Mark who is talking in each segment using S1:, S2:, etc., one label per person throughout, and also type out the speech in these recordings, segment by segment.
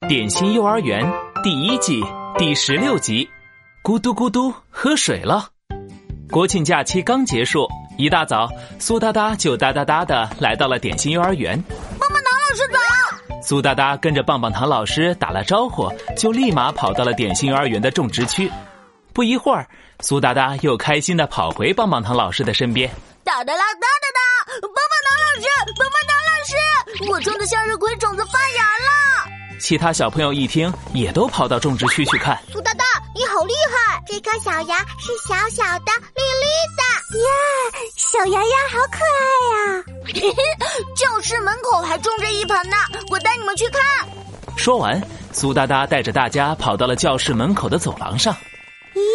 S1: 《点心幼儿园》第一季第十六集，咕嘟咕嘟喝水了。国庆假期刚结束，一大早，苏哒哒就哒哒哒的来到了点心幼儿园。
S2: 棒棒糖老师早！
S1: 苏哒哒跟着棒棒糖老师打了招呼，就立马跑到了点心幼儿园的种植区。不一会儿，苏哒哒又开心的跑回棒棒糖老师的身边。
S2: 哒哒啦哒哒哒！棒棒糖老师，棒棒糖老师，我种的向日葵种子发芽了。
S1: 其他小朋友一听，也都跑到种植区去看。
S2: 苏哒哒，你好厉害！
S3: 这颗小芽是小小的、绿绿的呀，小芽芽好可爱呀、
S2: 教室门口还种着一盆呢，我带你们去看。
S1: 说完，苏哒哒带着大家跑到了教室门口的走廊上。
S3: 咦，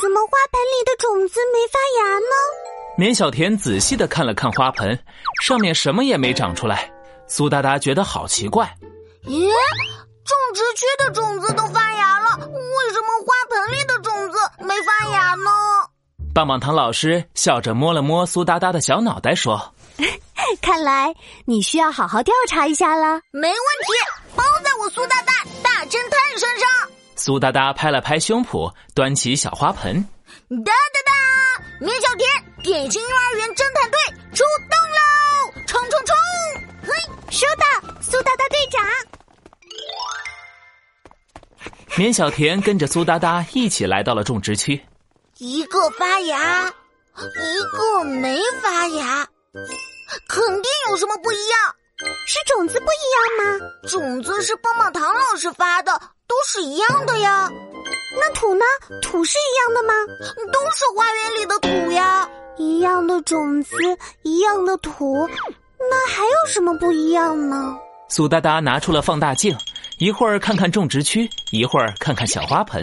S3: 怎么花盆里的种子没发芽呢？
S1: 棉小田仔细的看了看花盆，上面什么也没长出来。苏哒哒觉得好奇怪，
S2: 咦，种植区的种子都发芽了，为什么花盆里的种子没发芽呢？
S1: 棒棒糖老师笑着摸了摸苏哒哒的小脑袋，说
S3: 看来你需要好好调查一下啦。
S2: 没问题，包在我苏哒哒大侦探身上。：“
S1: 苏哒哒拍了拍胸脯，端起小花盆。
S2: 哒哒哒！棉小田典型幼儿园侦探队出动喽！冲冲冲！嘿，
S3: 收到，苏大大队长。
S1: 棉小田跟着苏哒哒一起来到了种植区。
S2: 一个发芽，一个没发芽，肯定有什么不一样。
S3: 是种子不一样吗？
S2: 种子是棒棒糖老师发的，都是一样的呀，
S3: 那土呢？土是一样的吗？
S2: 都是花园里的土呀。
S3: 一样的种子，一样的土，那还有什么不一样呢？
S1: 苏哒哒拿出了放大镜，一会儿看看种植区，一会儿看看小花盆。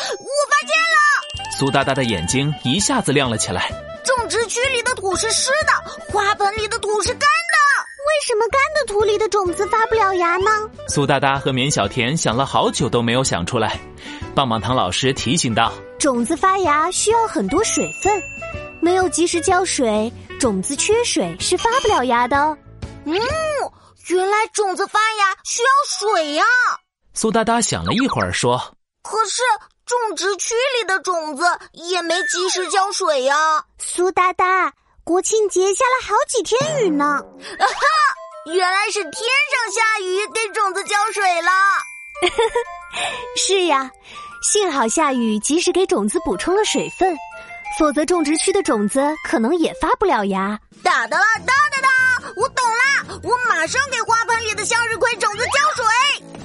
S2: 我发现了，
S1: 苏哒哒的眼睛一下子亮了起来。
S2: 种植区里的土是湿的，花盆里的土是干的。
S3: 为什么干的土里的种子发不了芽呢？
S1: 苏哒哒和棉小田想了好久都没有想出来。棒棒糖老师提醒道
S3: 种子发芽需要很多水分，没有及时浇水，种子缺水是发不了芽的哦。
S2: 嗯，原来种子发芽需要水呀、：“
S1: 苏哒哒想了一会儿，说。”
S2: 可是种植区里的种子也没及时浇水呀、
S3: 苏哒哒，国庆节下了好几天雨呢。
S2: 啊原来是天上下雨给种子浇水了。
S3: 是呀，幸好下雨及时给种子补充了水分，否则种植区的种子可能也发不了芽。
S2: 哒哒啦哒哒哒，我懂啦，我马上给花盆里的向日葵种子浇水。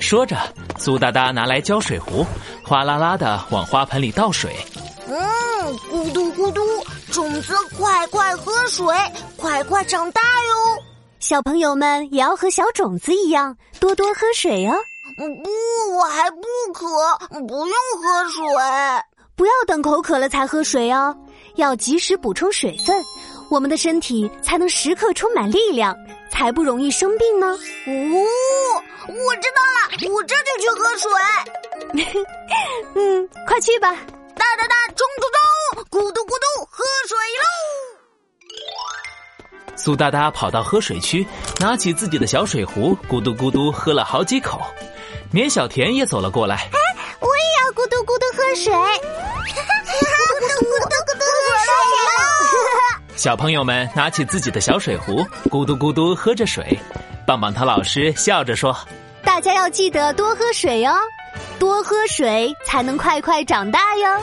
S1: 说着，苏哒哒拿来浇水壶，哗啦啦的往花盆里倒水。
S2: 嗯，咕嘟咕嘟，种子快快喝水，快快长大哟。
S3: 小朋友们也要和小种子一样，多多喝水哦。
S2: 嗯不，我还不渴，不用喝水。
S3: 不要等口渴了才喝水哦，要及时补充水分，我们的身体才能时刻充满力量，才不容易生病呢。
S2: 哦，我知道了，我这就去喝水。
S3: 嗯，快去吧。
S2: 哒哒哒，冲冲冲，咕嘟咕嘟，喝水喽！
S1: 苏哒哒跑到喝水区，拿起自己的小水壶，咕嘟咕嘟喝了好几口。棉小田也走了过来，
S3: 我也要咕嘟咕嘟喝水。
S1: 小朋友们拿起自己的小水壶，咕嘟咕嘟喝着水。棒棒糖老师笑着说
S3: 大家要记得多喝水哦，多喝水才能快快长大哟。